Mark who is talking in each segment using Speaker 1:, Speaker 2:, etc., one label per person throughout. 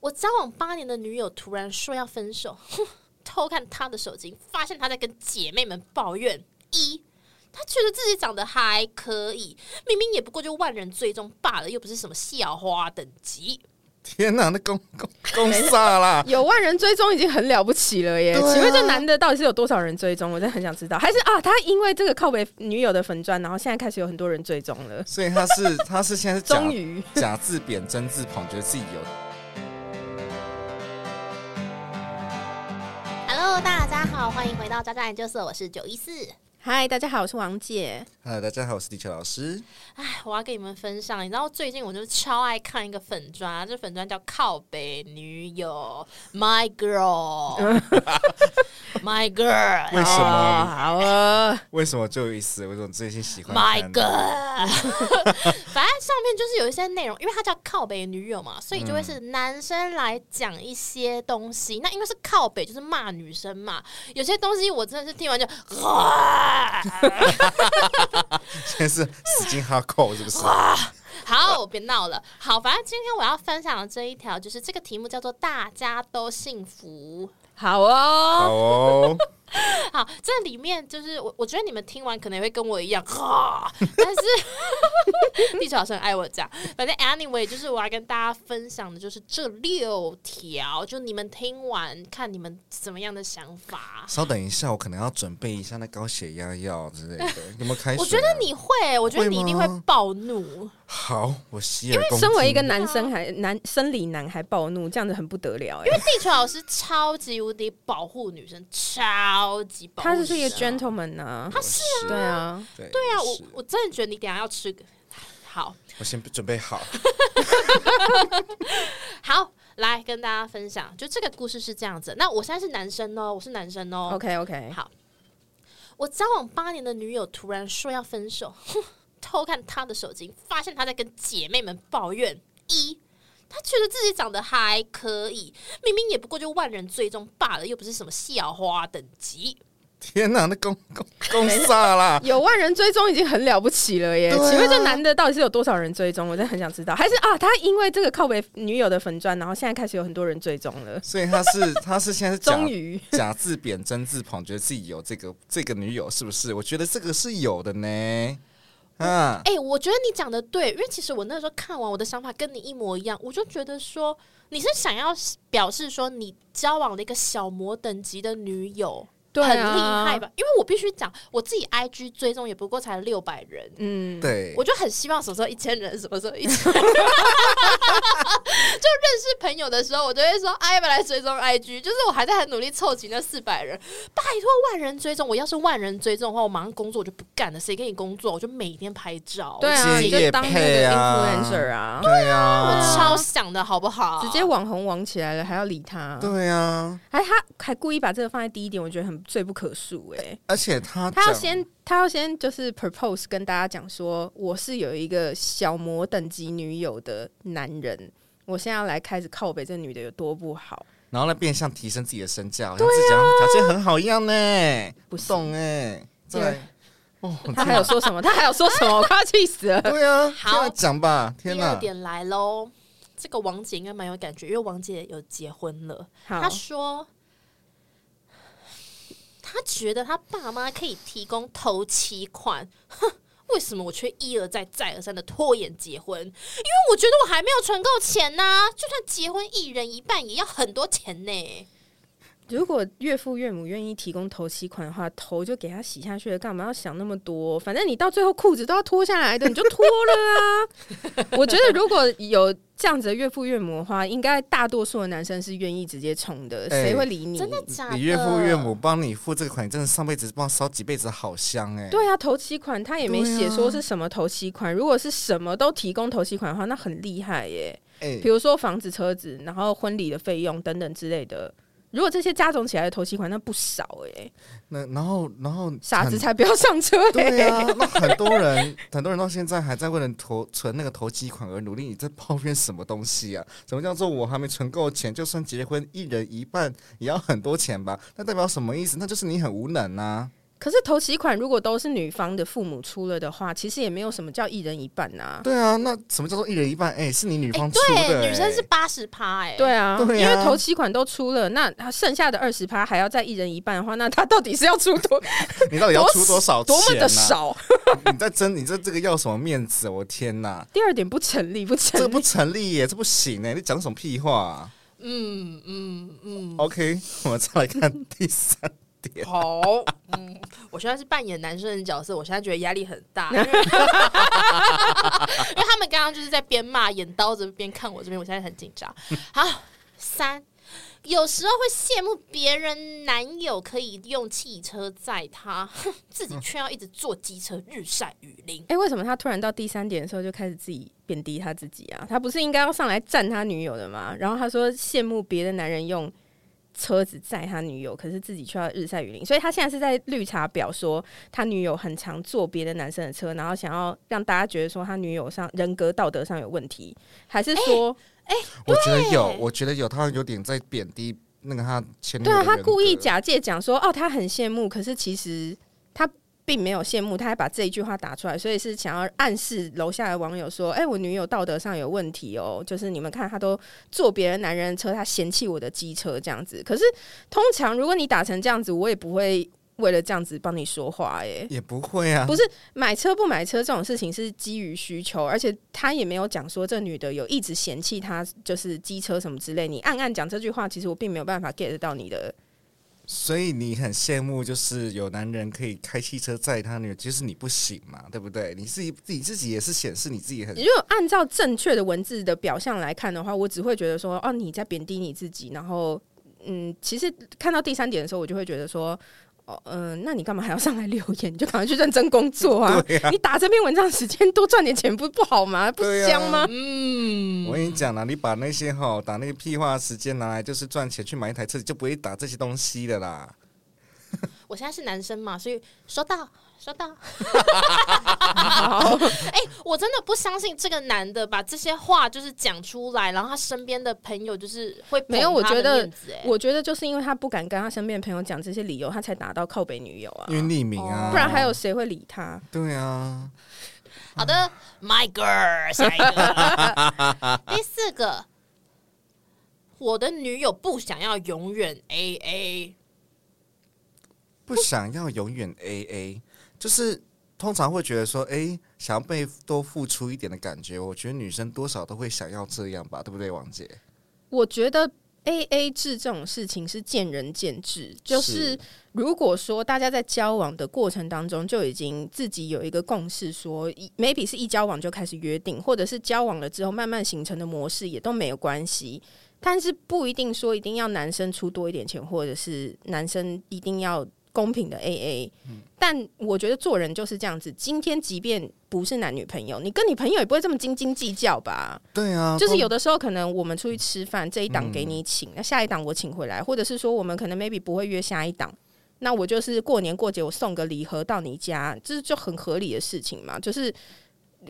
Speaker 1: 我交往八年的女友突然说要分手， 哼偷看她的手机，发现她在跟姐妹们抱怨：一，她觉得自己长得还可以，明明也不过就万人追踪罢了，又不是什么校花等级。
Speaker 2: 天哪，那公公公煞 啦！
Speaker 3: 有万人追踪已经很了不起了耶！
Speaker 2: 对啊
Speaker 3: 请问这男的到底是有多少人追踪？我真的很想知道。还是啊，他因为这个靠北女友的粉砖，然后现在开始有很多人追踪了。
Speaker 2: 所以他是他是现在是假
Speaker 3: 终于，
Speaker 2: 假字贬真字捧，觉得自己有
Speaker 1: Hello，大家好，欢迎回到渣渣研究所，我是九一四。
Speaker 3: 嗨，大家好，我是王姐。
Speaker 2: Hello，大家好，我是地球老师。
Speaker 1: 哎，我要跟你们分享，你知道最近我就超爱看一个粉砖，这粉砖叫靠北女友 My Girl，My Girl，
Speaker 2: 为什么
Speaker 3: 哦好啊，
Speaker 2: 为什么就有意思？为什么最近喜欢
Speaker 1: My
Speaker 2: 看
Speaker 1: God，反 正上面就是有一些内容，因为它叫靠北女友嘛，所以就会是男生来讲一些东西。那因为是靠北，就是骂女生嘛。有些东西我真的是听完就，
Speaker 2: 现在是死金哈扣是不是？
Speaker 1: 好，别闹了。好，反正今天我要分享的这一条，就是这个题目叫做“大家都幸福”。
Speaker 3: 好哦。
Speaker 2: 好哦，
Speaker 1: 好，这里面就是我，我觉得你们听完可能也会跟我一样，啊、但是 地球好像很爱我这样。反正 anyway，就是我要跟大家分享的就是这六条，就你们听完看你们怎么样的想法。
Speaker 2: 稍等一下，我可能要准备一下那高血压药之类的，有没有开水啊、
Speaker 1: 我觉得你会，我觉得你一定会
Speaker 2: 会吗
Speaker 1: 暴怒。
Speaker 2: 好，我洗耳恭听。
Speaker 3: 身为一个男生还男生理男还暴怒，这样子很不得了哎、
Speaker 1: 地球老师超级无敌保护女生，超级保护
Speaker 3: 他就是一个
Speaker 1: 女生
Speaker 3: gentleman 啊，
Speaker 2: 我是
Speaker 3: 对，啊，
Speaker 2: 对
Speaker 1: 对啊，
Speaker 2: 我
Speaker 1: 我
Speaker 2: 是
Speaker 1: 我真的觉得你等一下要吃个好。
Speaker 2: 我先准备好。
Speaker 1: 好，来跟大家分享，就这个故事是这样子。那我现在是男生哦，我是男生哦。
Speaker 3: OK OK，
Speaker 1: 好，我交往八年的女友突然说 要分手，哼偷看她的手机，发现她在跟姐妹们抱怨：一，她觉得自己长得还可以，明明也不过就万人追踪罢了，又不是什么校花等级。
Speaker 2: 天哪，那公公公煞 啦！
Speaker 3: 有万人追踪已经很了不起了耶！
Speaker 2: 对啊
Speaker 3: 请问这男的到底是有多少人追踪？我真的很想知道。还是啊，他因为这个靠北女友的粉砖，然后现在开始有很多人追踪了。
Speaker 2: 所以他是他是现在是假
Speaker 3: 终于，
Speaker 2: 假字贬真字捧，觉得自己有这个这个女友是不是？我觉得这个是有的呢。啊，
Speaker 1: 哎、我觉得你讲的对，因为其实我那时候看完，我的想法跟你一模一样，我就觉得说你是想要表示说你交往了一个小魔等级的女友，
Speaker 3: 对啊
Speaker 1: 很厉害吧？因为我必须讲，我自己 IG 追踪也不过才六百人。
Speaker 3: 嗯，
Speaker 2: 对
Speaker 1: 我，就很希望什么时候一千人，什么时候一千人。就认识朋友的时候，我就会说：“哎，要不要来追踪 IG？” 就是我还在很努力凑齐那四百人。拜托，万人追踪！我要是万人追踪的话，我马上工作我就不干了。谁跟你工作？我就每天拍照。
Speaker 3: 对啊，
Speaker 2: 接
Speaker 3: 你就
Speaker 2: 业
Speaker 3: 当那
Speaker 2: 配
Speaker 3: 个
Speaker 2: 啊
Speaker 3: influencer 啊，
Speaker 2: 对啊，
Speaker 1: 我超想的好不好？
Speaker 3: 直接网红网起来了，还要理他？
Speaker 2: 对啊，
Speaker 3: 还他还故意把这个放在第一点，我觉得很罪不可恕哎。
Speaker 2: 而且他
Speaker 3: 他要
Speaker 2: 讲
Speaker 3: 先，他要先就是 propose 跟大家讲说，我是有一个小魔等级女友的男人，我现在要来开始靠北这女的有多不好。
Speaker 2: 然后呢，变相提升自己的身价，好像自己好像条件很好一样呢。
Speaker 3: 啊不是
Speaker 2: 懂哎，
Speaker 3: 对
Speaker 2: 对，哦，
Speaker 3: 他还有说什么？他还有说什么？我快要气 死了。
Speaker 2: 对啊，
Speaker 1: 好
Speaker 2: 听他讲吧，天
Speaker 1: 第二
Speaker 2: 哪，
Speaker 1: 点来喽，这个王姐应该蛮有感觉，因为王姐有结婚了。
Speaker 3: 好
Speaker 1: 她，说，她觉得她爸妈可以提供头期款，哼，为什么我却一而再、再而三的拖延结婚？因为我觉得我还没有存够钱呐、就算结婚一人一半，也要很多钱呢、
Speaker 3: 如果岳父岳母愿意提供头期款的话，头就给他洗下去了，干嘛要想那么多？反正你到最后裤子都要脱下来的，你就脱了 啊。我觉得如果有这样子的岳父岳母的话，应该大多数的男生是愿意直接冲的，
Speaker 2: 哎
Speaker 3: 谁会理你？
Speaker 1: 真的假的？
Speaker 2: 你岳父岳母帮你付这个款，你真的上辈子帮烧几辈子好香哎。
Speaker 3: 对啊，头期款他也没
Speaker 2: 对啊
Speaker 3: 写说是什么头期款，如果是什么都提供头期款的话，那很厉害耶。
Speaker 2: 哎
Speaker 3: 比，如说房子、车子，然后婚礼的费用等等之类的。如果这些加总起来的头期款，那不少哎、
Speaker 2: 那然后然后
Speaker 3: 傻
Speaker 2: 很
Speaker 3: 子才不要上车、欸！
Speaker 2: 对啊，那很多人，很多人到现在还在为了投存那个投机款而努力，你在抱怨什么东西啊？什么叫做我还没存够钱，就算结婚一人一半也要很多钱吧？那代表什么意思？那就是你很无能啊！
Speaker 3: 可是头期款如果都是女方的父母出了的话，其实也没有什么叫一人一半啊。
Speaker 2: 对啊，那什么叫做一人一半？哎、是你女
Speaker 1: 哎、
Speaker 2: 方出的、
Speaker 1: 对，
Speaker 2: 哎
Speaker 1: 女生是八十趴，哎、
Speaker 3: 对啊，
Speaker 2: 对
Speaker 3: 因
Speaker 2: 啊
Speaker 3: 为头期款都出了，那剩下的二十趴还要再一人一半的话，那他到底是要出多
Speaker 2: 你到底 要出多少钱、
Speaker 3: 多
Speaker 2: 啊？
Speaker 3: 么的少？
Speaker 2: 你在争，你这这个要什么面子？啊我天哪，
Speaker 3: 第二点不成立，不
Speaker 2: 这
Speaker 3: 成
Speaker 2: 个
Speaker 3: 立
Speaker 2: 不。成立耶，这不行哎！你讲什么屁话啊、
Speaker 1: 嗯嗯嗯，
Speaker 2: o k 我们再来看第三点。
Speaker 1: 好，嗯，我现在是扮演男生的角色，我现在觉得压力很大，因为因为他们刚刚就是在边骂演刀子边看我这边，我现在很紧张。好，三。有时候会羡慕别人男友可以用汽车载他，哼自己却要一直坐机车日晒雨淋。
Speaker 3: 哎、为什么他突然到第三点的时候就开始自己贬低他自己啊？他不是应该要上来赞他女友的吗？然后他说羡慕别的男人用车子载他女友，可是自己却要日晒雨淋，所以他现在是在绿茶婊说他女友很常坐别的男生的车，然后想要让大家觉得说他女友上人格道德上有问题，还是说、
Speaker 2: 我觉得有，我觉得有，他有点在贬低那个他前女友
Speaker 3: 对
Speaker 2: 的
Speaker 3: 啊，
Speaker 2: 人格。
Speaker 3: 他故意假借讲说哦，他很羡慕，可是其实他并没有羡慕，他还把这一句话打出来，所以是想要暗示楼下的网友说，哎、我女友道德上有问题哦，就是你们看她都坐别人男人的车，她嫌弃我的机车这样子。可是通常如果你打成这样子，我也不会为了这样子帮你说话耶。
Speaker 2: 也不会啊
Speaker 3: 不，买车不买车这种事情是基于需求，而且他也没有讲说这女的有一直嫌弃他就是机车什么之类。你暗暗讲这句话，其实我并没有办法 get 到你的
Speaker 2: 所以你很羡慕，就是有男人可以开汽车载他女友，其实你不行嘛，对不对？你自己自己自己也是显示你自己很
Speaker 3: 如果按照正确的文字的表象来看的话，我只会觉得说，哦，你在贬低你自己。然后，嗯，其实看到第三点的时候，我就会觉得说，哦，嗯、那你干嘛还要上来留言？你就赶快去认真工作啊！
Speaker 2: 对啊。
Speaker 3: 你打这篇文章的时间多赚点钱不不好吗？不
Speaker 2: 对啊
Speaker 3: 香吗？
Speaker 1: 嗯
Speaker 2: 我跟你讲啦，你把那些哈打那个屁话的时间拿来，就是赚钱去买一台车，你就不会打这些东西的啦。
Speaker 1: 我现在是男生嘛，所以收到收到。
Speaker 3: 好，
Speaker 1: 哎、我真的不相信这个男的把这些话就是讲出来，然后他身边的朋友就是会
Speaker 3: 没有我觉得
Speaker 1: 我
Speaker 3: 我觉得就是因为他不敢跟他身边的朋友讲这些理由，他才打到靠北女友啊
Speaker 2: 因，为匿名啊，
Speaker 3: 不然还有谁会理他？
Speaker 2: 对啊，
Speaker 1: 好的，My girl，下一个， 第四个，我的女友不想要永远 AA，
Speaker 2: 不想要永远 A A，就是通常会觉得说，哎、想要被多付出一点的感觉。我觉得女生多少都会想要这样吧，对不对，王姐？
Speaker 3: 我觉得 A A 制这种事情是见仁见智，就是
Speaker 2: 是
Speaker 3: 如果说大家在交往的过程当中就已经自己有一个共识说，一 maybe 是一交往就开始约定，或者是交往了之后慢慢形成的模式，也都没有关系。但是不一定说一定要男生出多一点钱，或者是男生一定要公平的 A A。但我觉得做人就是这样子，今天即便不是男女朋友，你跟你朋友也不会这么斤斤计较吧？
Speaker 2: 对啊，
Speaker 3: 就是
Speaker 2: 通
Speaker 3: 有的时候可能我们出去吃饭，这一档给
Speaker 2: 嗯
Speaker 3: 你请，那下一档我请回来，或者是说我们可能 maybe 不会约下一档，那我就是过年过节我送个礼盒到你家，这就很合理的事情嘛。就是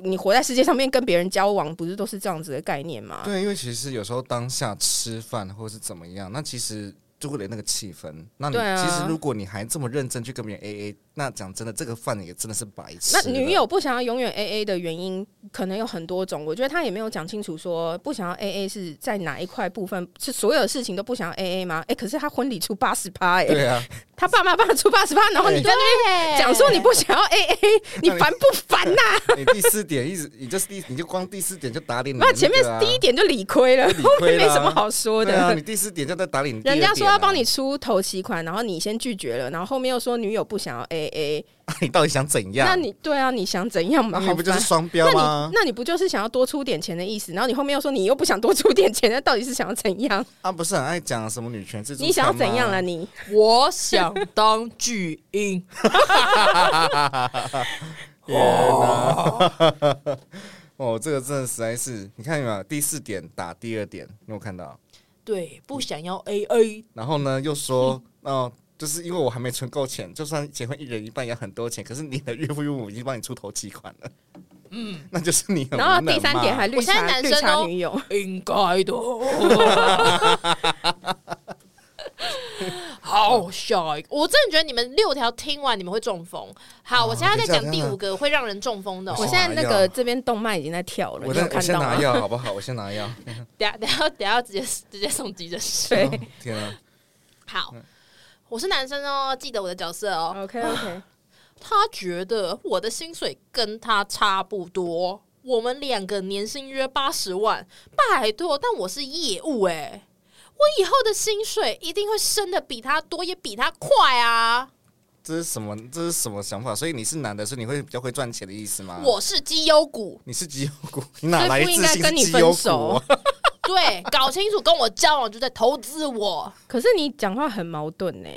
Speaker 3: 你活在世界上面跟别人交往，不是都是这样子的概念吗？
Speaker 2: 对，因为其实有时候当下吃饭或是怎么样，那其实。就为了那个气氛，那你、
Speaker 3: 对啊
Speaker 2: 其实如果你还这么认真去跟别人 A A，那讲真的，这个饭也真的是白吃
Speaker 3: 那
Speaker 2: 了。
Speaker 3: 女友不想要永远 A A 的原因，可能有很多种。我觉得她也没有讲清楚，说不想要 A A 是在哪一块部分，是所有事情都不想要 A A 吗？哎、可是她婚礼出八十趴，哎、
Speaker 2: 对啊，
Speaker 3: 她爸妈帮她出八十趴，然后你
Speaker 2: 对
Speaker 3: 在那边讲说你不想要 A A，你烦不烦呐、
Speaker 2: 你第四点一直，你就是第，你就光第四点就打脸你的个
Speaker 3: 那
Speaker 2: 啊、啊
Speaker 3: 前面第一点就理亏了，
Speaker 2: 理亏啦
Speaker 3: 后面没什么好说
Speaker 2: 对啊，
Speaker 3: 的
Speaker 2: 你。第啊四点就在打脸、
Speaker 3: 人家说要帮你
Speaker 2: 你，
Speaker 3: 出头期款，然后你先拒绝了，然后后面又说女友不想要 A A，
Speaker 2: 你到底想怎样？
Speaker 3: 那你对啊，你想怎 样嘛？
Speaker 2: 那
Speaker 3: 好
Speaker 2: 你不就是
Speaker 3: 烦。
Speaker 2: 双标
Speaker 3: 那
Speaker 2: 吗
Speaker 3: 你？那你不就是想要多出点钱的意思？然后你后面又说你又不想多出点钱，那到底是想要 怎样？
Speaker 2: 啊，不是很爱讲什么女权自助餐吗
Speaker 3: 你想要怎样啦？？啊你
Speaker 1: 我想当巨婴。
Speaker 2: 哦，这个真的实在是，你看有没有？第四点打第二点，你有看到？
Speaker 1: 对，不想要 AA，
Speaker 2: 然后呢，又说，
Speaker 3: 嗯
Speaker 2: 哦，就是因为我还没存够钱，就算结婚一人一半也很多钱，可是你的岳父岳母已经帮你出头期款了，嗯， 那就是你很
Speaker 3: 然后
Speaker 2: 无能
Speaker 3: 第三
Speaker 2: 嘛
Speaker 3: 点还绿
Speaker 1: 我现在
Speaker 3: 茶
Speaker 1: 男
Speaker 3: 绿
Speaker 1: 生
Speaker 3: 茶
Speaker 1: 哦
Speaker 3: 女友，
Speaker 1: 应该的。好好笑！我真的觉得你们六条听完你们会中风。好，我现在在讲第五个会让人中风的哦。
Speaker 3: 我现在那个这边动脉已经在跳了，
Speaker 2: 我
Speaker 3: 你有
Speaker 2: 在我
Speaker 3: 看
Speaker 2: 先
Speaker 3: 到啊哎
Speaker 2: 拿
Speaker 3: 吗？
Speaker 2: 药 好不好？我先拿药。
Speaker 1: 等下等下等下直接直接送急诊室。
Speaker 3: 对
Speaker 2: 哦天啊，
Speaker 1: 好，我是男生哦，记得我的角色哦。
Speaker 3: ，OK OK，
Speaker 1: 他觉得我的薪水跟他差不多，我们两个年薪约八十万，拜托，但我是业务哎、我以后的薪水一定会升的比他多，也比他快啊！
Speaker 2: 这是什么？这是什么想法？所以你是男的，所以你会比较会赚钱的意思吗？
Speaker 1: 我是绩优股，
Speaker 2: 你是绩优股，你哪来自
Speaker 3: 所以不
Speaker 2: 信
Speaker 3: 应该跟
Speaker 2: 是
Speaker 3: 你
Speaker 2: 绩优
Speaker 3: 分
Speaker 2: 股
Speaker 3: 手
Speaker 2: 啊？
Speaker 1: 对，搞清楚跟我交往就在投资我，
Speaker 3: 可是你讲话很矛盾呢、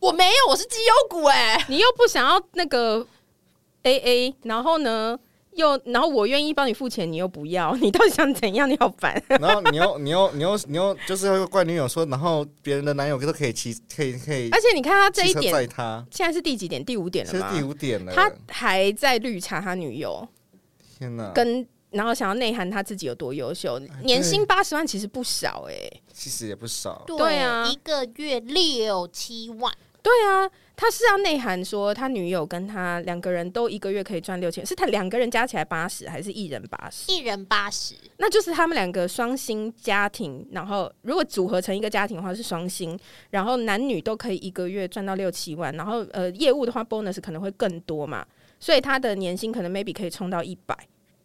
Speaker 1: 我没有，我是绩优股哎、
Speaker 3: 你又不想要那个 AA，然后呢，又然后我愿意帮你付钱，你又不要，你到底想怎样？你好 烦。
Speaker 2: 然后你又你又你又你又就是会怪女友说，然后别人的男友都可以骑，可以可以
Speaker 3: 而且你看他这
Speaker 2: 骑
Speaker 3: 一
Speaker 2: 车
Speaker 3: 点，
Speaker 2: 载他，
Speaker 3: 现在是第几点？第五点
Speaker 2: 这
Speaker 3: 了
Speaker 2: 是第
Speaker 3: 吗？
Speaker 2: 五点了。
Speaker 3: 他还在绿茶他女友，
Speaker 2: 天哪，
Speaker 3: 跟然后想要内涵他自己有多优秀，
Speaker 2: 哎
Speaker 3: 年薪八十万其实不少哎、
Speaker 2: 其实也不少。
Speaker 3: 对啊
Speaker 1: 一个月六七万，
Speaker 3: 对啊，他是要内涵说他女友跟他两个人都一个月可以赚六千，是他两个人加起来八十，还是一人八十？
Speaker 1: 一人八十，
Speaker 3: 那就是他们两个双薪家庭，然后如果组合成一个家庭的话是双薪，然后男女都可以一个月赚到六七万，然后呃业务的话 bonus 可能会更多嘛，所以他的年薪可能 maybe 可以冲到一百，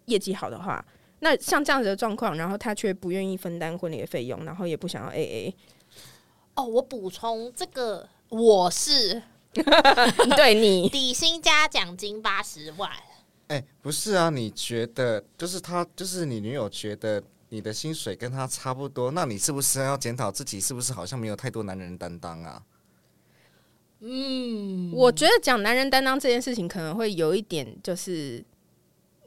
Speaker 3: 业绩好的话。那像这样子的状况，然后他却不愿意分担婚礼的费用，然后也不想要 AA，
Speaker 1: 哦，我补充这个，我是
Speaker 3: 对你
Speaker 1: 底薪加奖金八十万，
Speaker 2: 哎、不是啊，你觉得就是他，就是你女友觉得你的薪水跟他差不多，那你是不是要检讨自己，是不是好像没有太多男人担当啊？
Speaker 3: 我觉得讲男人担当这件事情，可能会有一点就是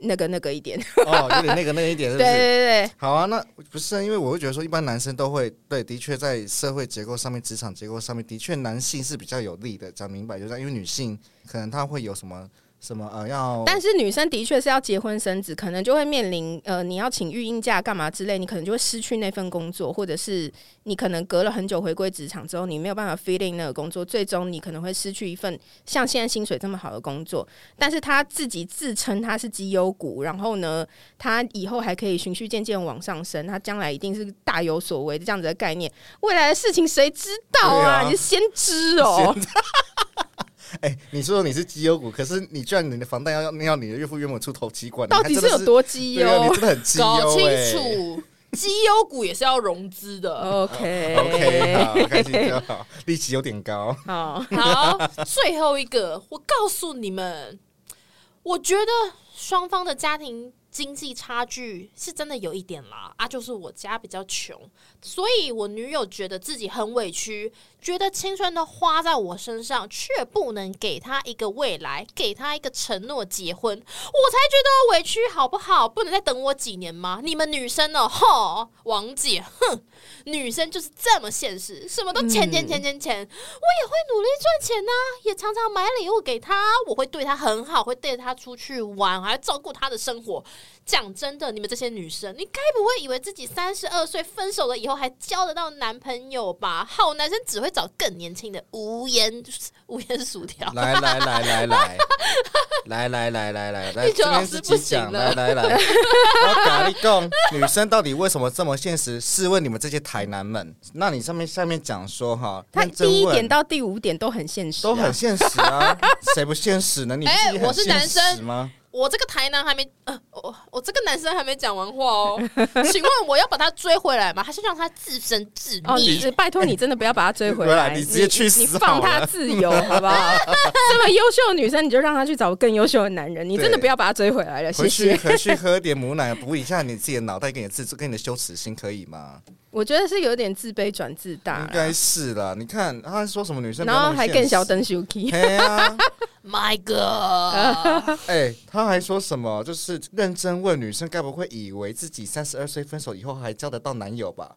Speaker 3: 那个那个一点，
Speaker 2: 哦，有点那个那个一点，是
Speaker 3: 对
Speaker 2: 不是？
Speaker 3: 对对，
Speaker 2: 好啊，那不是啊因为我会觉得说，一般男生都会对，的确在社会结构上面、职场结构上面，的确男性是比较有利的。讲明白就是这样，因为女性可能她会有什么什么呃要，
Speaker 3: 但是女生的确是要结婚生子，可能就会面临呃，你要请育婴假干嘛之类，你可能就会失去那份工作，或者是你可能隔了很久回归职场之后，你没有办法 fit in 那个工作，最终你可能会失去一份像现在薪水这么好的工作。但是他自己自称他是绩优股，然后呢，他以后还可以循序渐进地往上升，他将来一定是大有所为的这样子的概念。未来的事情谁知道啊？
Speaker 2: 对啊啊
Speaker 3: 你是先知 哦、
Speaker 2: 哎、你说你是绩优股，可是你居然你的房贷要要要你的岳父岳母出头几管，
Speaker 3: 到底
Speaker 2: 你还
Speaker 3: 是
Speaker 2: 真的
Speaker 3: 有多哦绩
Speaker 2: 对啊
Speaker 3: 优
Speaker 2: 你真的很绩优、哎
Speaker 1: 搞清。楚，绩优股也是要融资
Speaker 3: 哦
Speaker 1: 的。
Speaker 3: ？OK
Speaker 2: OK，好， 开心就好，利息有点高。
Speaker 3: 好。
Speaker 1: 好，最后一个，我告诉你们，我觉得双方的家庭经济差距是真的有一点啦。啊，就是我家比较穷，所以我女友觉得自己很委屈，觉得青春都花在我身上，却不能给她一个未来，给她一个承诺结婚，我才觉得委屈，好不好？不能再等我几年吗？你们女生哦， 吼，王姐，哼，女生就是这么现实，什么都钱钱钱钱钱，努力赚钱呐、也常常买礼物给他，我会对他很好，会带他出去玩，还照顾他的生活。讲真的，你们这些女生，你该不会以为自己三十二岁分手了以后还交得到男朋友吧？好男生只会找更年轻的，无言无言薯条。
Speaker 2: 来来来来来来来来来来来，
Speaker 1: 地球
Speaker 2: 这
Speaker 1: 老
Speaker 2: 边
Speaker 1: 师
Speaker 2: 自
Speaker 1: 不
Speaker 2: 己
Speaker 1: 行
Speaker 2: 讲，来
Speaker 1: 了
Speaker 2: 来来，我打你讲，女生到底为什么这么现实？试问你们这些台南们，那你上面下面讲说哈，
Speaker 3: 他
Speaker 2: 认真
Speaker 3: 第一
Speaker 2: 问
Speaker 3: 点到第五点都很现实、啊，
Speaker 2: 都很现实啊，谁不现实呢？你
Speaker 1: 哎
Speaker 2: 自己很
Speaker 1: 我是
Speaker 2: 现
Speaker 1: 男生
Speaker 2: 实吗？
Speaker 1: 我这个台南还没，呃，我我这个男生还没讲完话哦， 请问我要把他追回来吗？还是让他自生自
Speaker 3: 哦，你
Speaker 1: 灭？
Speaker 3: 是拜托你真的不要把他 追回
Speaker 2: 回来
Speaker 3: 来，
Speaker 2: 啊你直接去死
Speaker 3: 你你
Speaker 2: 好
Speaker 3: 放
Speaker 2: 了
Speaker 3: 他自由好不 好？这么优秀的女生，你就让她去找更优秀的男人，你真的
Speaker 2: 对
Speaker 3: 不要把她追回来了，谢
Speaker 2: 回去
Speaker 3: 谢。
Speaker 2: 回去喝点母奶，补一下你自己的脑袋跟你的自尊跟你的羞耻心，可以吗？
Speaker 3: 我觉得是有点自卑转自大啊
Speaker 2: 应
Speaker 3: 啦，
Speaker 2: 该是啦。你看他说什么女生不要
Speaker 3: 然
Speaker 2: 那么
Speaker 3: 后还
Speaker 2: 现
Speaker 3: 更
Speaker 2: 实
Speaker 3: 小。灯 Suki，
Speaker 2: 哎呀。
Speaker 1: My God！
Speaker 2: 哎、他还说什么？就是认真问女生，该不会以为自己三十二岁分手以后还交得到男友吧？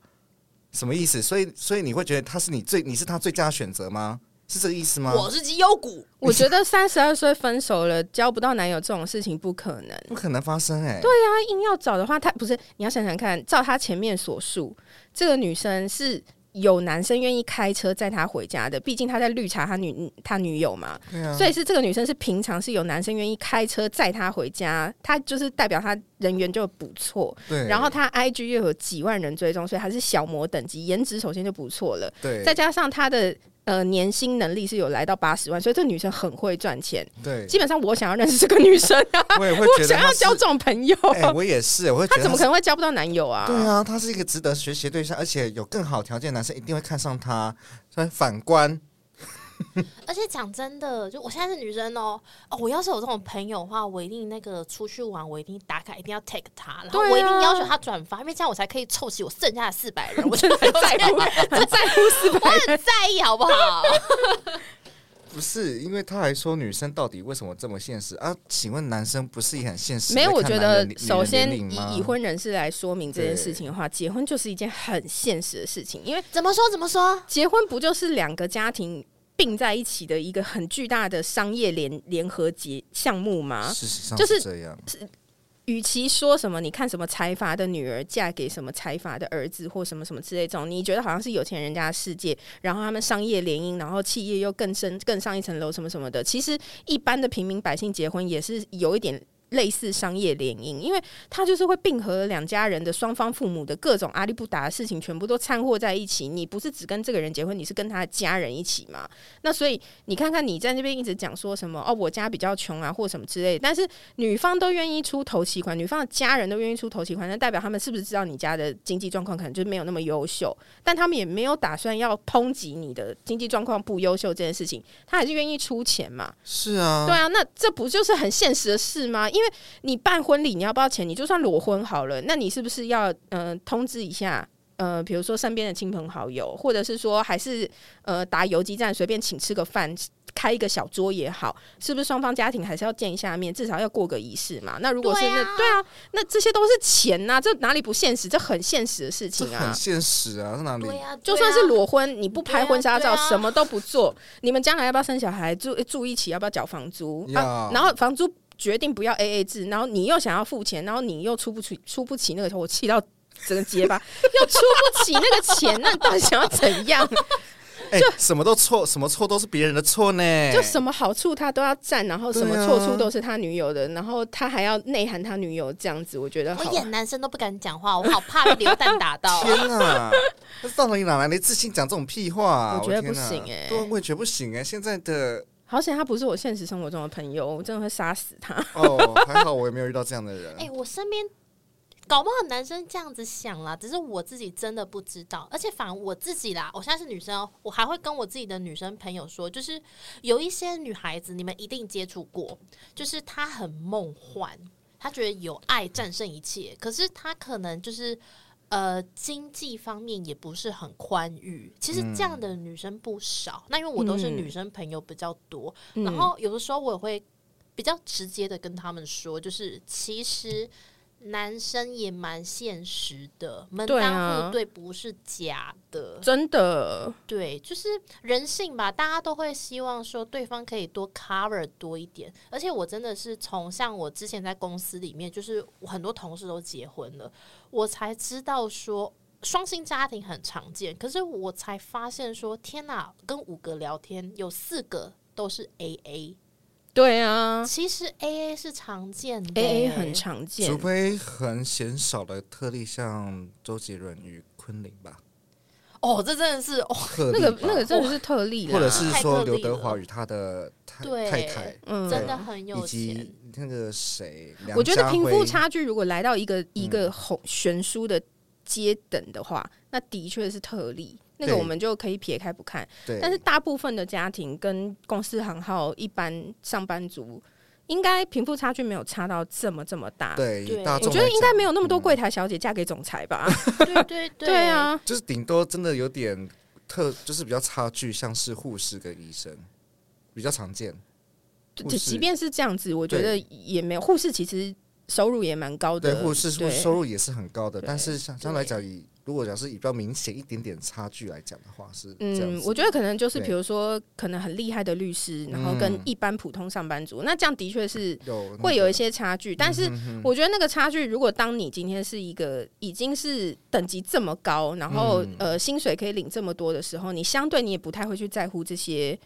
Speaker 2: 什么意思？所以，所以你会觉得他是你最，你是他最佳的选择吗？是这个意思吗？
Speaker 1: 我是绩优股，
Speaker 3: 我觉得三十二岁分手了交不到男友这种事情不可能。
Speaker 2: 不可能发生哎、
Speaker 3: 对呀、硬要找的话，她不是你要想想看，照她前面所述，这个女生是有男生愿意开车载她回家的，毕竟他在绿茶他女他女友嘛，
Speaker 2: 对啊，
Speaker 3: 所以是这个女生是平常是有男生愿意开车载她回家，她就是代表她人缘就不错，
Speaker 2: 对，
Speaker 3: 然后她 IG 又有几万人追踪，所以她是小模等级，颜值首先就不错了，
Speaker 2: 对
Speaker 3: 再加上她的呃年薪能力是有来到八十万，所以这女生很会赚钱。
Speaker 2: 对，
Speaker 3: 基本上我想要认识这个女生啊，
Speaker 2: 我也会
Speaker 3: 我
Speaker 2: 觉得
Speaker 3: 想
Speaker 2: 他
Speaker 3: 要
Speaker 2: 是
Speaker 3: 交这种朋友，
Speaker 2: 哎、我也是，我会觉
Speaker 3: 她
Speaker 2: 得
Speaker 3: 怎么可
Speaker 2: 是
Speaker 3: 能会交不到男友啊？
Speaker 2: 对啊，他是一个值得学习的对象，而且有更好条件的男生一定会看上他。所以反观，
Speaker 1: 而且讲真的，就我现在是女生哦，哦，我要是有这种朋友的话，我一定那个出去玩，我一定打卡，一定要 take 他，然后
Speaker 3: 对啊
Speaker 1: 我一定要求他转发，因为这样我才可以凑齐我剩下的四百 人。我真的
Speaker 3: 很在乎，很在乎四百人。
Speaker 1: 在意好不好？
Speaker 2: 不是因为他还说女生到底为什么这么现实啊？请问男生不是也很现实？
Speaker 3: 没有，
Speaker 2: 在
Speaker 3: 我
Speaker 2: 看
Speaker 3: 觉
Speaker 2: 男
Speaker 3: 得
Speaker 2: 人女人
Speaker 3: 首先
Speaker 2: 年龄
Speaker 3: 以
Speaker 2: 吗
Speaker 3: 已婚人士来说明这
Speaker 2: 对
Speaker 3: 件事情的话，结婚就是一件很现实的事情，因为
Speaker 1: 怎么说？怎么 说？
Speaker 3: 结婚不就是两个家庭并在一起的一个很巨大的商业联联合结项目吗？
Speaker 2: 事实上
Speaker 3: 就是是
Speaker 2: 这样，
Speaker 3: 与其说什么你看什么财阀的女儿嫁给什么财阀的儿子或什么什么之类这种，你觉得好像是有钱人家的世界，然后他们商业联姻，然后企业又更深更上一层楼什么什么的。其实一般的平民百姓结婚也是有一点。类似商业联姻，因为他就是会并合两家人的双方父母的各种阿力不达的事情，全部都掺和在一起。你不是只跟这个人结婚，你是跟他的家人一起嘛？那所以你看看你在那边一直讲说什么哦，我家比较穷啊，或什么之类的，但是女方都愿意出头期款，女方的家人都愿意出头期款，那代表他们是不是知道你家的经济状况可能就是没有那么优秀？但他们也没有打算要抨击你的经济状况不优秀这件事情，他还是愿意出钱嘛？
Speaker 2: 是啊，
Speaker 3: 对啊，那这不就是很现实的事吗？因为你办婚礼，你要不要钱？你就算裸婚好了，那你是不是要呃通知一下？呃，比如说身边的亲朋好友，或者是说还是呃打游击战，随便请吃个饭，开一个小桌也好，是不是双方家庭还是要见一下面，至少要过个仪式嘛？那如果是那
Speaker 1: 对
Speaker 3: 对
Speaker 1: 啊
Speaker 3: 啊，那这些都是钱呐、这哪里不现实？这很现实的事
Speaker 2: 这
Speaker 3: 情啊
Speaker 2: 很，现实啊，在哪里？
Speaker 1: 对呀、
Speaker 3: 就算是
Speaker 1: 对啊
Speaker 3: 裸婚，你不拍婚纱照，
Speaker 1: 对啊对啊
Speaker 3: 什么都不做，你们将来要不要生小孩？住住一起，要不要缴房租？
Speaker 2: 要，
Speaker 3: 啊然后房租决定不要 A A 制，然后你又想要付钱，然后你又出不起，出不起那个钱，我气到整个结巴， 又出不起那个钱，那你到底想要怎样？
Speaker 2: 哎、什么都错，什么错都是别人的错呢？
Speaker 3: 就什么好处他都要占，然后什么
Speaker 2: 对啊
Speaker 3: 错处都是他女友的，然后他还要内涵他女友这样子，我觉得
Speaker 1: 我
Speaker 3: 好。
Speaker 1: 演男生都不敢讲话，我好怕被流弹打 到。
Speaker 2: 天啊！那到底哪来的自信讲这种屁话、啊？
Speaker 3: 我觉得不行哎
Speaker 2: 对啊，我也觉得不行哎、现在的
Speaker 3: 好险他不是我现实生活中的朋友，我真的会杀死他。
Speaker 2: 哦， 还好我也没有遇到这样的人。
Speaker 1: 哎、我身边搞不好男生这样子想啦，只是我自己真的不知道。而且反而我自己啦，我现在是女生哦，我还会跟我自己的女生朋友说，就是有一些女孩子，你们一定接触过，就是她很梦幻，她觉得有爱战胜一切，可是她可能就是。呃，经济方面也不是很宽裕，其实这样的女生不少。那因为我都是
Speaker 3: 嗯
Speaker 1: 女生朋友比较多，
Speaker 3: 嗯
Speaker 1: 然后有的时候我也会比较直接的跟他们说，就是其实男生也蛮现实的，门
Speaker 3: 对啊
Speaker 1: 当户对不是假的，
Speaker 3: 真的，
Speaker 1: 对，就是人性吧，大家都会希望说对方可以多 cover 多一点。而且我真的是从像我之前在公司里面，就是我很多同事都结婚了，我才知道说。双薪家庭很常见，可是我才发现说，天哪！跟五个聊天，有四个都是 A A，
Speaker 3: 对啊
Speaker 1: 其实 A A 是常见的欸
Speaker 3: ，A A 很常见
Speaker 2: 除，非很鲜少的特例，像周杰伦与昆凌吧，
Speaker 1: 哦，这真的是哦，
Speaker 2: 特
Speaker 3: 那
Speaker 2: 例
Speaker 3: 个
Speaker 2: 吧
Speaker 3: 那个真的是特例啦，
Speaker 2: 或者是说
Speaker 1: 啊太特
Speaker 2: 刘
Speaker 1: 例了
Speaker 2: 德华与他的太
Speaker 1: 对
Speaker 2: 太太，
Speaker 3: 嗯
Speaker 1: 真的很有
Speaker 2: 以
Speaker 1: 钱。
Speaker 2: 及那个谁，
Speaker 3: 我觉得
Speaker 2: 梁家嗯
Speaker 3: 贫
Speaker 2: 辉
Speaker 3: 富差距如果来到一个一个红悬殊的阶等的话，那的确是特例。那个
Speaker 2: 对
Speaker 3: 我们就可以撇开不看，
Speaker 2: 对，
Speaker 3: 但是大部分的家庭跟公司行号、一般上班族，应该贫富差距没有差到这么这么大。
Speaker 2: 对
Speaker 1: 对
Speaker 2: 以大
Speaker 1: 我
Speaker 2: 众
Speaker 3: 我觉得
Speaker 2: 来
Speaker 3: 应该
Speaker 2: 讲
Speaker 3: 没有那么多柜台小姐嫁给总裁吧？
Speaker 1: 对对对，
Speaker 3: 对，啊，
Speaker 2: 就是顶多真的有点特，就是比较差距，像是护士跟医生比较常见。护
Speaker 3: 即
Speaker 2: 士
Speaker 3: 即便是这样子，我觉得
Speaker 2: 对
Speaker 3: 也没有护士其实收入也蛮高
Speaker 2: 对
Speaker 3: 的，
Speaker 2: 护士
Speaker 3: 对
Speaker 2: 收入也是很高的，
Speaker 3: 对
Speaker 2: 但是相相对来讲，以如果讲是以比较明显一点点差距来讲的话，是这样
Speaker 3: 嗯，
Speaker 2: 子
Speaker 3: 我觉得可能就是
Speaker 2: 对
Speaker 3: 比如说，可能很厉害的律师，然后跟
Speaker 2: 嗯
Speaker 3: 一般普通上班族，那这样的确是
Speaker 2: 有那
Speaker 3: 会有
Speaker 2: 个
Speaker 3: 一些差
Speaker 2: 嗯
Speaker 3: 距。但是我觉得那个差距，如果当你今天是一个已经是等级这么高，然后、
Speaker 2: 嗯
Speaker 3: 呃薪水可以领这么多的时候，你相对你也不太会去在乎这些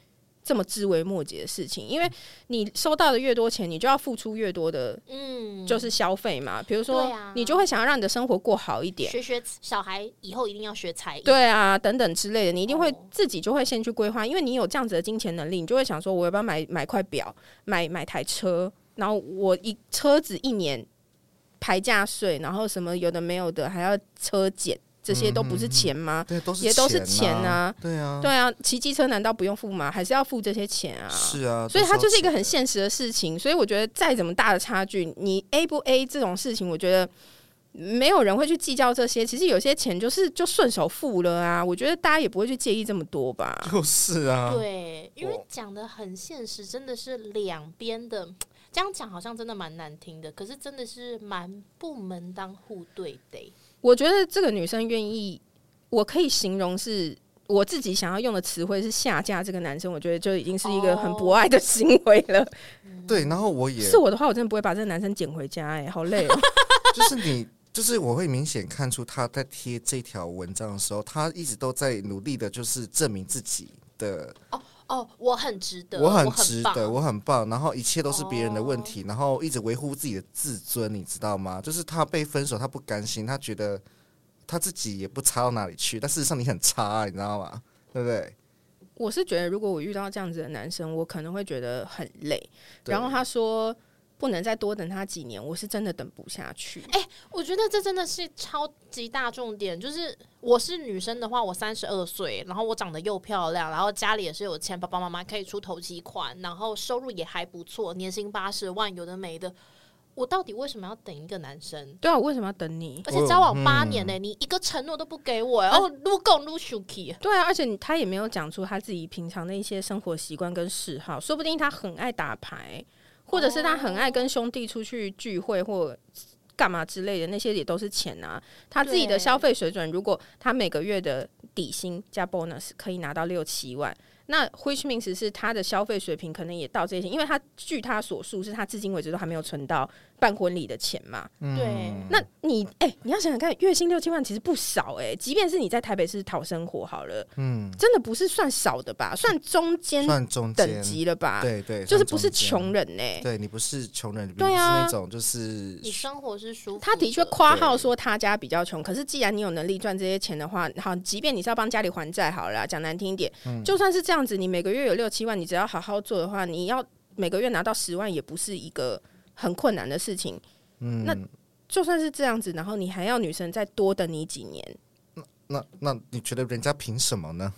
Speaker 3: 这么枝微末节的事情，因为你收到的越多钱，你就要付出越多的。
Speaker 1: 嗯，
Speaker 3: 就是消费嘛，比如说
Speaker 1: 对啊
Speaker 3: 你就会想要让你的生活过好一点，
Speaker 1: 学学小孩以后一定要学才艺，，
Speaker 3: 对啊，等等之类的，你一定会
Speaker 1: 哦
Speaker 3: 自己就会先去规划，因为你有这样子的金钱能力，你就会想说，我要不要买买块表，买买台车，然后我一车子一年排价税，然后什么有的没有的，还要车检，这些都不是钱吗？
Speaker 2: 对嗯都是
Speaker 3: 也都是
Speaker 2: 钱
Speaker 3: 钱啊
Speaker 2: 对啊，
Speaker 3: 对啊，骑机车难道不用付吗？还是要付这些钱啊？
Speaker 2: 是啊，
Speaker 3: 所以
Speaker 2: 都
Speaker 3: 它
Speaker 2: 要
Speaker 3: 就是一个
Speaker 2: 钱
Speaker 3: 很
Speaker 2: 的
Speaker 3: 现实的事情。所以我觉得再怎么大的差距，你 A 不 A 这种事情，我觉得没有人会去计较这些。其实有些钱就是就顺手付了啊，我觉得大家也不会去介意这么多吧。
Speaker 2: 就是啊，
Speaker 1: 对，因为
Speaker 2: 我
Speaker 1: 讲的很现实，真的是两边的。这样讲好像真的蛮难听的，可是真的是蛮不门当户对的欸、
Speaker 3: 我觉得这个女生愿意，我可以形容是。我自己想要用的词汇是下架这个男生，我觉得就已经是一个很博爱的行为了。
Speaker 2: 对，然后我也
Speaker 3: 是我的话，我真的不会把这个男生捡回家、哎，好累哦。
Speaker 2: 就是你，就是我会明显看出他在贴这条文章的时候，他一直都在努力的，就是证明自己的，
Speaker 1: 哦，我很值得，
Speaker 2: 我很
Speaker 1: 很
Speaker 2: 值
Speaker 1: 棒
Speaker 2: 得，我很棒，然后一切都是别人的问题，然后一直维护自己的自尊，你知道吗？就是他被分手，他不甘心，他觉得他自己也不差到哪里去，但事实上你很差，你知道吗？对不对？
Speaker 3: 我是觉得，如果我遇到这样子的男生，我可能会觉得很累。
Speaker 2: 对
Speaker 3: 然后他说不能再多等他几年，我是真的等不下去。
Speaker 1: 我觉得这真的是超级大重点，就是我是女生的话，我三十二岁，然后我长得又漂亮，然后家里也是有钱，爸爸妈妈可以出头期款，然后收入也还不错，年薪八十万，有的没的。我到底为什么要等一个男生？
Speaker 3: 对啊，我为什么要等你？
Speaker 1: 而且交往八年呢、你一个承诺都不给我、
Speaker 3: 啊
Speaker 1: 然后撸共撸 Suki，
Speaker 3: 对啊，而且你他也没有讲出他自己平常的一些生活习惯跟嗜好，说不定他很爱打牌，或者是他很爱跟兄弟出去聚会或干嘛之类的，那些也都是钱啊。他自己的
Speaker 1: 对
Speaker 3: 消费水准，如果他每个月的底薪加 bonus 可以拿到六七万，那 which means 是他的消费水平可能也到这些，因为他据他所述是他至今为止都还没有存到办婚礼的钱嘛。
Speaker 1: 对，
Speaker 3: 那你哎、你要想想看，月薪六七万其实不少哎、即便是你在台北市讨生活好了，嗯，真的不是算少的吧，算中间
Speaker 2: 算中
Speaker 3: 嗯等
Speaker 2: 间，
Speaker 3: 级了吧，
Speaker 2: 对对，
Speaker 3: 就是
Speaker 2: 算
Speaker 3: 不是
Speaker 2: 中间
Speaker 3: 穷，人哎、
Speaker 2: 对你不是穷人，你不
Speaker 3: 对
Speaker 2: 是
Speaker 3: 啊
Speaker 2: 那种就是
Speaker 1: 你生活是舒服。
Speaker 3: 他的确夸号
Speaker 2: 对
Speaker 3: 说他家比较穷，可是既然你有能力赚这些钱的话，好，即便你是要帮家里还债好了啦，讲难听一点，
Speaker 2: 嗯
Speaker 3: 就算是这样子，你每个月有六七万，你只要好好做的话，你要每个月拿到十万也不是一个很困难的事情。
Speaker 2: 嗯，
Speaker 3: 那就算是这样子，然后你还要女生再多等你几年，
Speaker 2: 那那你觉得人家凭什么呢？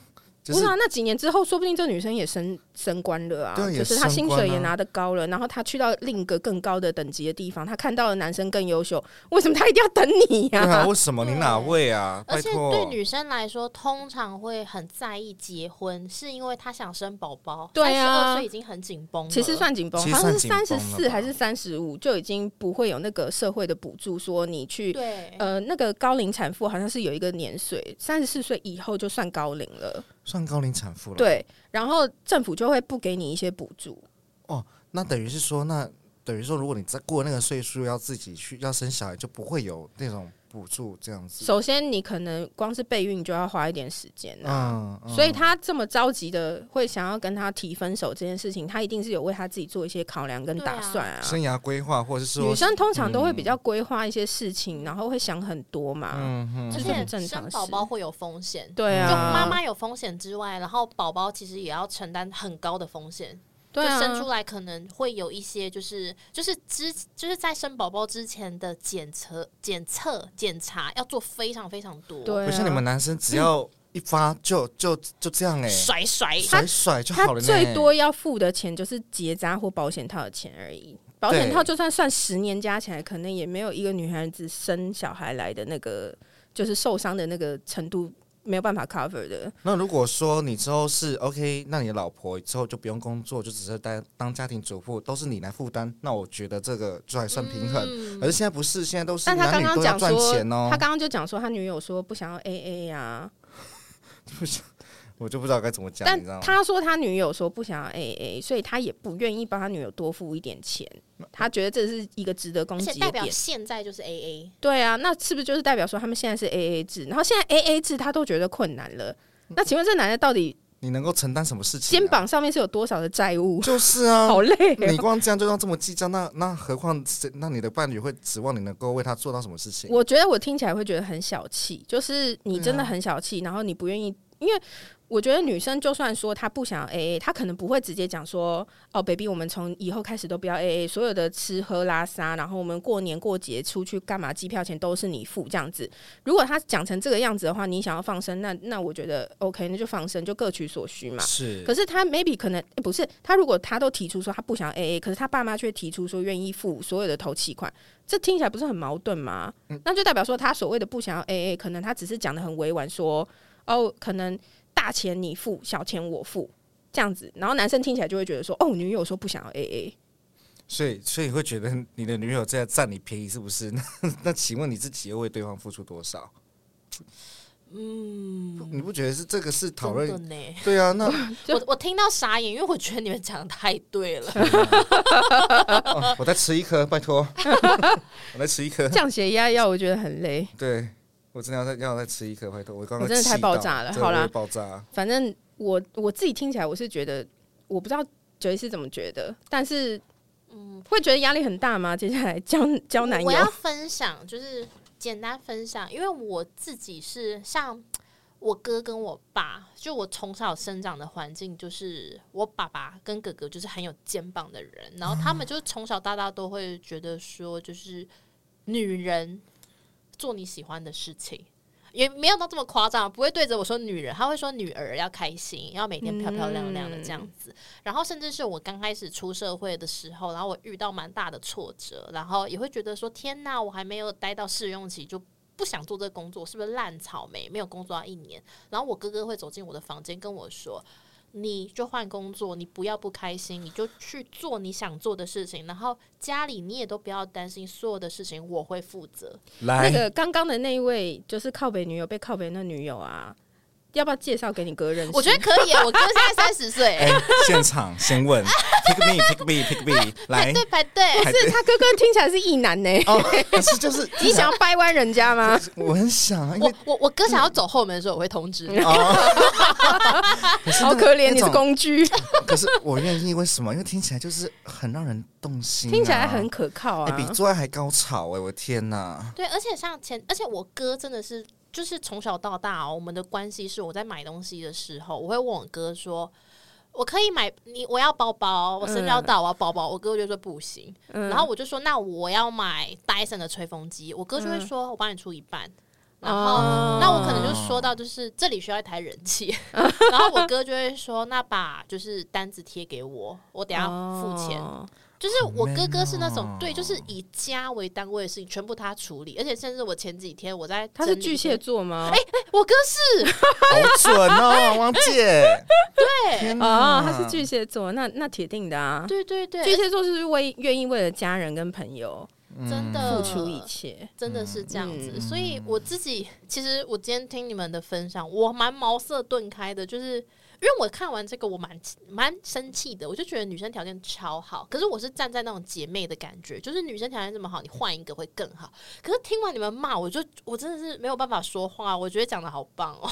Speaker 2: 就
Speaker 3: 不
Speaker 2: 是
Speaker 3: 是啊，那几年之后，说不定这女生也升升官了啊，
Speaker 2: 对也
Speaker 3: 就是她薪
Speaker 2: 升官
Speaker 3: 水也
Speaker 2: 啊
Speaker 3: 拿得高了，然后她去到另一个更高的等级的地方，她看到了男生更优秀，为什么她一定要等你
Speaker 2: 对
Speaker 3: 呀、
Speaker 2: 啊，为什么你
Speaker 1: 对
Speaker 2: 哪位啊？
Speaker 1: 而
Speaker 2: 拜
Speaker 1: 且对
Speaker 2: 托，
Speaker 1: 女生来说，通常会很在意结婚，是因为她想生宝宝。
Speaker 3: 对啊
Speaker 1: 二岁已经很紧绷了。
Speaker 3: 其实算紧绷，
Speaker 2: 呃其实
Speaker 3: 好像是
Speaker 2: 算
Speaker 3: 三十
Speaker 2: 紧绷了
Speaker 3: 四
Speaker 2: 吧
Speaker 3: 还是三十五就已经不会有那个社会的补助，说你去
Speaker 1: 对，
Speaker 3: 呃那个高龄产妇好像是有一个年岁，三十四岁以后就算高龄了，
Speaker 2: 算高龄产妇了。，
Speaker 3: 对，然后政府就会不给你一些补助，
Speaker 2: 那等于是说，那等于说，如果你再过那个岁数，要自己去要生小孩，就不会有那种补助这样子。
Speaker 3: 首先你可能光是备孕就要花一点时间啊。
Speaker 2: 嗯，嗯
Speaker 3: 所以他这么着急的会想要跟他提分手这件事情，他一定是有为他自己做一些考量跟打算啊。
Speaker 2: 生涯规划，或者是说
Speaker 3: 女生通常都会比较规划一些事情，然后会想很多嘛，
Speaker 1: 而
Speaker 2: 嗯
Speaker 3: 这是
Speaker 1: 且
Speaker 3: 很正常
Speaker 1: 生
Speaker 3: 的事
Speaker 1: 宝。宝会有风险，
Speaker 3: 对
Speaker 1: 就妈
Speaker 3: 啊，
Speaker 1: 妈有风险之外，然后宝宝其实也要承担很高的风险。
Speaker 3: 对
Speaker 1: 就生出
Speaker 3: 啊，
Speaker 1: 来可能会有一些，就是就是之就是在生宝宝之前的检测、检测、检查要做非常非常多。
Speaker 3: 对啊
Speaker 2: 不像你们男生，只要一发就就就这样哎，
Speaker 1: 甩甩
Speaker 2: 甩甩就
Speaker 3: 他
Speaker 2: 好了呢。
Speaker 3: 最多要付的钱就是结扎或保险套的钱而已。保险套
Speaker 2: 对
Speaker 3: 就算算十年加起来，可能也没有一个女孩子生小孩来的那个就是受伤的那个程度没有办法 cover 的。
Speaker 2: 那如果说你之后是 OK，那你的老婆之后就不用工作，就只是当当家庭主妇，都是你来负担，那我觉得这个就还算平衡。可是现在不是，现在都是
Speaker 3: 嗯但他
Speaker 2: 男
Speaker 3: 刚
Speaker 2: 女
Speaker 3: 刚
Speaker 2: 都要
Speaker 3: 讲
Speaker 2: 赚
Speaker 3: 说，
Speaker 2: 钱哦
Speaker 3: 他。刚刚就讲说，他女友说不想要 AA 啊，
Speaker 2: 我就不知道该怎么讲，你
Speaker 3: 但
Speaker 2: 知道吗？
Speaker 3: 他说他女友说不想要 AA，所以他也不愿意帮他女友多付一点钱，他觉得这是一个值得攻
Speaker 1: 而且
Speaker 3: 击
Speaker 1: 代
Speaker 3: 的
Speaker 1: 表
Speaker 3: 点。
Speaker 1: 现在就是 A A，
Speaker 3: 对啊，那是不是就是代表说他们现在是 AA 制？然后现在 AA 制他都觉得困难了，那请问这男的到底
Speaker 2: 你能够承担什么事情、啊
Speaker 3: 肩，膀上面是有多少的债务？
Speaker 2: 就是啊，
Speaker 3: 好累哦、
Speaker 2: 你光这样就要这么计较，那那何况谁？那你的伴侣会指望你能够为他做到什么事情？
Speaker 3: 我觉得我听起来会觉得很小气，就是你真的很小气，然后你不愿意，因为我觉得女生就算说她不想要 AA，她可能不会直接讲说哦，baby，我们从以后开始都不要 AA，所有的吃喝拉撒，然后我们过年过节出去干嘛，机票钱都是你付这样子。如果她讲成这个样子的话，你想要放生，那那我觉得 OK，那就放生，就各取所需嘛。
Speaker 2: 是
Speaker 3: 可是他 maybe 可能、诶不是他，如果他都提出说他不想 A A，可是他爸妈却提出说愿意付所有的头期款，这听起来不是很矛盾吗？那就代表说他所谓的不想要 A A，可能他只是讲的很委婉说，哦，可能大钱你付，小钱我付这样子，然后男生听起来就会觉得说，哦，女友说不想要 A A，
Speaker 2: 所以所以会觉得你的女友在占你便宜，是不是？ 那那请问你自己又为对方付出多少？嗯，你不觉得是这个是讨论？
Speaker 1: 真的呢。
Speaker 2: 对啊，那、
Speaker 1: 我我听到傻眼，因为我觉得你们讲得太对 了。
Speaker 2: 哦我再吃一颗，拜托，我再吃一颗。
Speaker 3: 降血压药我觉得很累，
Speaker 2: 对，我真的要再要再吃一颗，拜托，我刚刚
Speaker 3: 我真的太
Speaker 2: 气到
Speaker 3: 爆炸了
Speaker 2: 真的
Speaker 3: 好啦
Speaker 2: 我会爆炸。
Speaker 3: 反正我我自己听起来我是觉得，我不知道九一是怎么觉得，但是。嗯，会觉得压力很大吗？接下来交交男友，
Speaker 1: 我要分享，就是简单分享，因为我自己是像我哥跟我爸，就我从小生长的环境，就是我爸爸跟哥哥就是很有肩膀的人，然后他们就是从小到大都会觉得说，就是女人做你喜欢的事情。也没有到这么夸张，不会对着我说女人，他会说女儿要开心，要每天漂漂亮亮的这样子。然后甚至是我刚开始出社会的时候，然后我遇到蛮大的挫折，然后也会觉得说天呐，我还没有待到试用期就。不想做这个工作，是不是烂草莓？没有工作到一年，然后我哥哥会走进我的房间跟我说：“你就换工作，你不要不开心，你就去做你想做的事情。然后家里你也都不要担心，所有的事情我会负责。
Speaker 3: 那
Speaker 2: 来，
Speaker 3: 个刚刚的那一位就是靠北女友被靠北那女友啊，要不要介绍给你哥认识？
Speaker 1: 我觉得可以耶，我哥现在三十岁
Speaker 2: 哎、
Speaker 1: 耶，
Speaker 2: 现场先问，pick me，pick me，pick me，
Speaker 1: 排，
Speaker 2: 来
Speaker 1: 队排队。
Speaker 2: 还
Speaker 3: 是他哥哥听起来是异男呢、
Speaker 2: 哦，可是就是
Speaker 3: 你想要掰弯人家吗？
Speaker 2: 我很想啊，因
Speaker 1: 我
Speaker 2: 为啊
Speaker 1: 我我哥想要走后门的时候，我会通知你。
Speaker 2: 可是那
Speaker 3: 好可怜，
Speaker 2: 那
Speaker 3: 你是
Speaker 2: 种
Speaker 3: 工具，
Speaker 2: 可是我愿意，为什么？因为听起来就是很让人动心啊、
Speaker 3: 听起来很可靠
Speaker 2: 哎、
Speaker 3: 啊。
Speaker 2: 比做爱还高潮哎、我的天哪！
Speaker 1: 对，而且像前，而且我哥真的是，就是从小到大、哦，我们的关系是我在买东西的时候，我会问我哥说。我可以买你，我要包包，我生日要到，我要包包。我哥就说不行，然后我就说那我要买 Dyson 的吹风机，我哥就会说我帮你出一半，然后、
Speaker 3: 哦
Speaker 1: 那我可能就说到就是这里需要一台人气， 然后我哥就会说那把就是单子贴给我，我等一下付钱，
Speaker 3: 哦
Speaker 1: 就是我哥哥是那
Speaker 2: 好 man
Speaker 1: 种
Speaker 2: 哦
Speaker 1: 对，就是以家为单位的事情全部他处理，而且甚至我前几天我在
Speaker 3: 他是
Speaker 1: 整理
Speaker 3: 巨蟹，座吗？
Speaker 2: 哎
Speaker 1: 我哥是
Speaker 2: 好准哦，汪姐。对，
Speaker 3: 哦，他是巨蟹座，那那铁定的啊。
Speaker 1: 对对对，
Speaker 3: 巨蟹座就是为愿意为了家人跟朋友
Speaker 1: 真的
Speaker 2: 嗯
Speaker 3: 付出一切。
Speaker 1: 真的是这样子，所以我自己其实我今天听你们的分享，我蛮茅塞顿开的，就是因为我看完这个我蛮蛮生气的，我就觉得女生条件超好，可是我是站在那种姐妹的感觉，就是女生条件这么好，你换一个会更好。可是听完你们骂，我就我真的是没有办法说话，我觉得讲的好棒哦。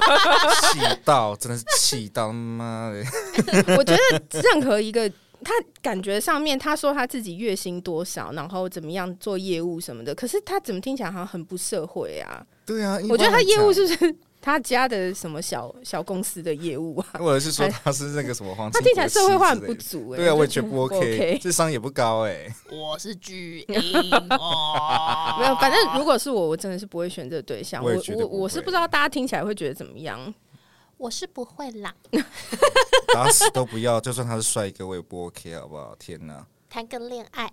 Speaker 2: 气到，真的是气到，妈的！
Speaker 3: 我觉得任何一个他感觉上面，他说他自己月薪多少，然后怎么样做业务什么的，可是他怎么听起来好像很不社会啊？
Speaker 2: 对啊，一般
Speaker 3: 我觉得他业务
Speaker 2: 来
Speaker 3: 是不是他家的什么小小公司的业务啊？
Speaker 2: 讲，或者是说他是那个什么黄
Speaker 3: 他
Speaker 2: 金
Speaker 3: 听起来
Speaker 2: 国
Speaker 3: 社会
Speaker 2: 师之
Speaker 3: 化很
Speaker 2: 类
Speaker 3: 不
Speaker 2: 的
Speaker 3: 足哎、
Speaker 2: 对啊，我也觉
Speaker 3: 就
Speaker 2: 得
Speaker 3: 是
Speaker 2: 不 OK，
Speaker 3: OK。
Speaker 2: 智商也不高哎。
Speaker 1: 我是 巨婴哦，
Speaker 3: 没有，反正如果是我，我真的是不会选这个对象。
Speaker 2: 我
Speaker 3: 我
Speaker 2: 也觉得
Speaker 3: 我
Speaker 2: 不
Speaker 3: 我是
Speaker 2: 会
Speaker 3: 不知道大家听起来会觉得怎么样。
Speaker 1: 我是不会啦。
Speaker 2: 打死都不要，就算他是帅哥，我也不 OK，好不好？天哪！
Speaker 1: 谈个恋爱，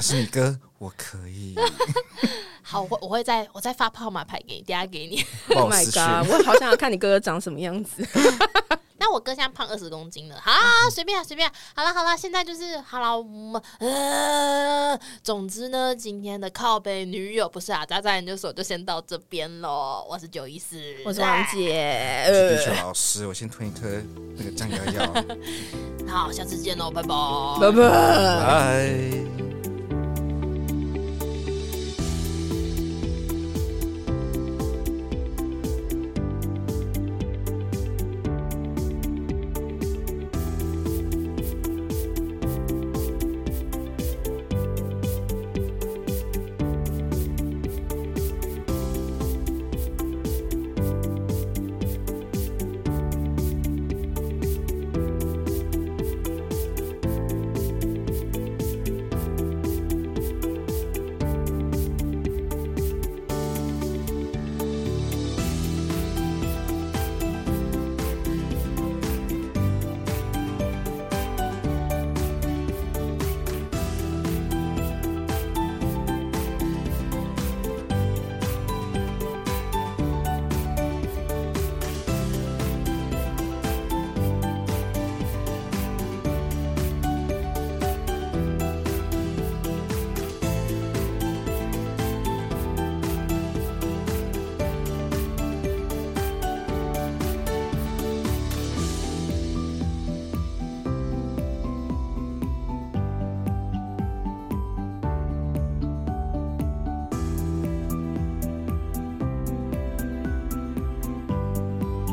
Speaker 2: 是你哥，我可 以
Speaker 1: 好，我我会再我再发号码牌给你，等一下给你。
Speaker 2: 报
Speaker 3: Oh my
Speaker 2: 哦私讯。
Speaker 3: god！我好想要看你哥哥长什么样子。
Speaker 1: 那我哥现在胖二十公斤了，好啊，好啊随便啊，随便啊，好了好了，现在就是好了，我们呃，总之呢，今天的靠北女友不是啊，渣渣研究所就先到这边喽。我是九一四，
Speaker 3: 我是王姐，
Speaker 2: 我是
Speaker 3: 呃
Speaker 2: 地球老师，我先吞一颗那个降压药。
Speaker 1: 好，下次见喽，拜拜，
Speaker 3: 拜拜。
Speaker 2: 拜。